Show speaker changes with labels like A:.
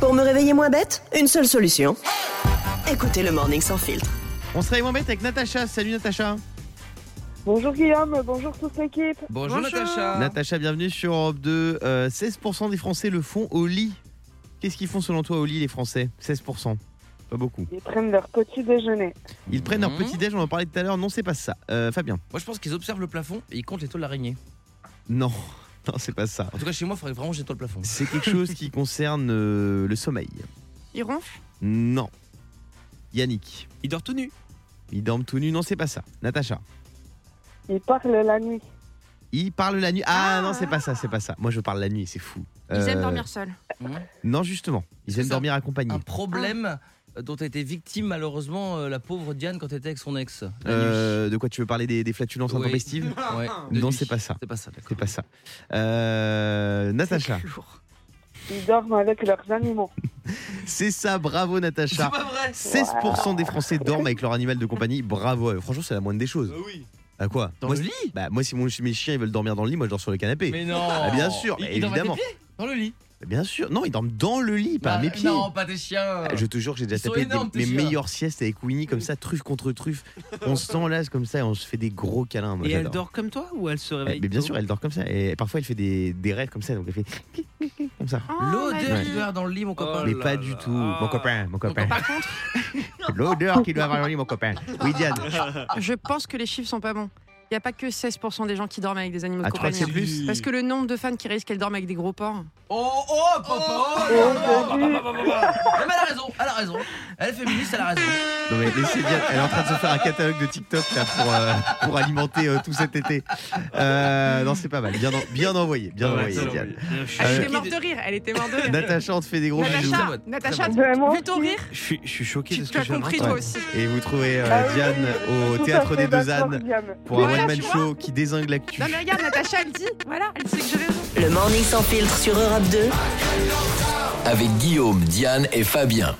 A: Pour me réveiller moins bête, une seule solution. Écoutez le Morning Sans Filtre.
B: On se réveille moins bête avec Natacha. Salut Natacha.
C: Bonjour Guillaume, bonjour toute l'équipe.
D: Bonjour,
A: Bonjour.
D: Natacha.
B: Natacha, bienvenue sur Europe 2. Euh, 16% des Français le font au lit. Qu'est-ce qu'ils font selon toi au lit les Français 16%. Pas beaucoup. Mmh.
C: Ils prennent leur petit déjeuner.
B: Ils prennent leur
D: Mhm.
B: petit déj, on en parlait tout à l'heure. Non, c'est pas ça. Euh, Fabien.
D: Moi je pense qu'ils observent le plafond et ils comptent les taux de l'araignée.
B: Non, non, c'est pas ça.
D: En tout cas chez moi, il faudrait vraiment que j'étoile le plafond.
B: C'est quelque chose qui concerne euh, le sommeil.
E: Ils ronflent
B: Non. Yannick.
F: Il dort tout nu.
B: Ils dorment tout nus. Non, c'est pas ça. Natacha.
C: Ils parlent la nuit.
B: Ils parlent la nuit. Ah,
E: Ah.
B: non, c'est pas ça, c'est pas ça. Moi, je parle la nuit, c'est fou.
E: Ils aiment
B: Euh,
E: dormir seuls.
B: Non, justement. Ils
D: C'est
B: aiment
D: ça.
B: dormir accompagnés.
D: Mmh. Un problème
B: Ah.
D: euh, dont a été victime malheureusement euh, la pauvre Diane quand elle était avec son ex. la nuit.
B: Euh, de quoi tu veux parler des, des flatulences
D: Oui.
B: intempestives
D: Ouais, de
B: Non,
D: nuit.
B: c'est pas ça.
D: C'est pas ça, d'accord.
B: C'est pas ça. Euh, Natacha.
E: Lourd.
C: Ils dorment avec leurs animaux.
B: C'est ça, bravo Natacha.
D: pas vrai
B: 16% des Français dorment avec leur animal de compagnie. Bravo. à eux. Franchement, c'est la moindre des choses.
D: Bah oui.
B: À quoi
D: Dans
B: moi,
D: le
B: c'est-
D: lit
B: bah, moi, si mon- mes chiens ils veulent dormir dans le lit, moi je dors sur le canapé.
D: Mais non
B: Ah, bien sûr,
D: Ils-
B: bah,
D: ils dorment à tes
B: évidemment.
D: pieds Dans le lit
B: Bien sûr. Non, ils dorment dans le lit, pas à
D: Bah,
B: mes pieds. Ah,
D: Non, pas tes chiens
B: Je te jure que j'ai déjà
D: Ils sont
B: tapé des-
D: énormes, tes
B: mes
D: chiens.
B: meilleures siestes avec Winnie comme ça, truffe contre truffe. On s'enlace comme ça et on se fait des gros câlins. Moi,
F: Et elle
B: j'adore.
F: dort comme toi ou elle se réveille
B: Eh, Mais bien
F: tôt
B: sûr, elle dort comme ça. Et parfois, elle fait des, des rêves comme ça. Donc, elle fait comme ça.
E: Oh,
D: L'odeur
E: la
D: qu'il
E: vie.
D: doit y avoir dans le lit, mon copain.
F: Oh
B: Mais
F: là
B: pas
F: là.
B: du tout. Mon copain, mon copain.
D: copain.
B: L'odeur qu'il doit avoir dans le lit, mon copain. Oui, Diane. Ah,
E: Je pense que les chiffres sont pas bons. Il n'y a pas que 16% des gens qui dorment avec des animaux de
B: Ah, tu crois que
E: compagnie.
B: c'est plus
E: Parce que le nombre de fans qui risquent qu'elles dorment avec des gros porcs.
D: Oh, oh, papa oh,
B: Euh,
C: Oh,
D: non,
C: t'as vu
D: Non, mais elle a raison, elle a raison. Elle est féministe, elle a raison.
B: Non, mais laissez Diane. Elle est en train de se faire un catalogue de TikTok là, pour, euh, pour alimenter euh, tout cet été. Euh, non, c'est pas mal. Bien, en- bien envoyé. Bien
F: Ah
B: envoyé, Diane.
E: Elle
B: Euh,
E: était Ah, morte de rire, elle était morte de rire.
B: Natacha, on te fait des gros bisous.
D: Très
E: Natacha,
D: bonne,
E: Natacha,
D: très
E: tu-
C: bonne.
E: vu ton rire,
F: Je suis, je suis choqué
E: tu,
F: de ce
E: tu
F: que
E: as
F: je viens
E: compris
F: d'entendre.
E: toi aussi.
B: Et vous trouvez euh,
C: Ah oui,
B: Diane au
C: Tout à
B: Théâtre
C: fait
B: des Deux
C: d'accord,
B: Ânes
C: Guillaume.
B: pour un
E: Voilà,
B: one-man
E: tu vois.
B: show qui dézingue l'actu.
E: Non mais regarde, Natacha, elle dit, voilà, elle sait que j'ai raison.
A: Le Morning Sans Filtre sur Europe 2.
G: Avec Guillaume, Diane et Fabien.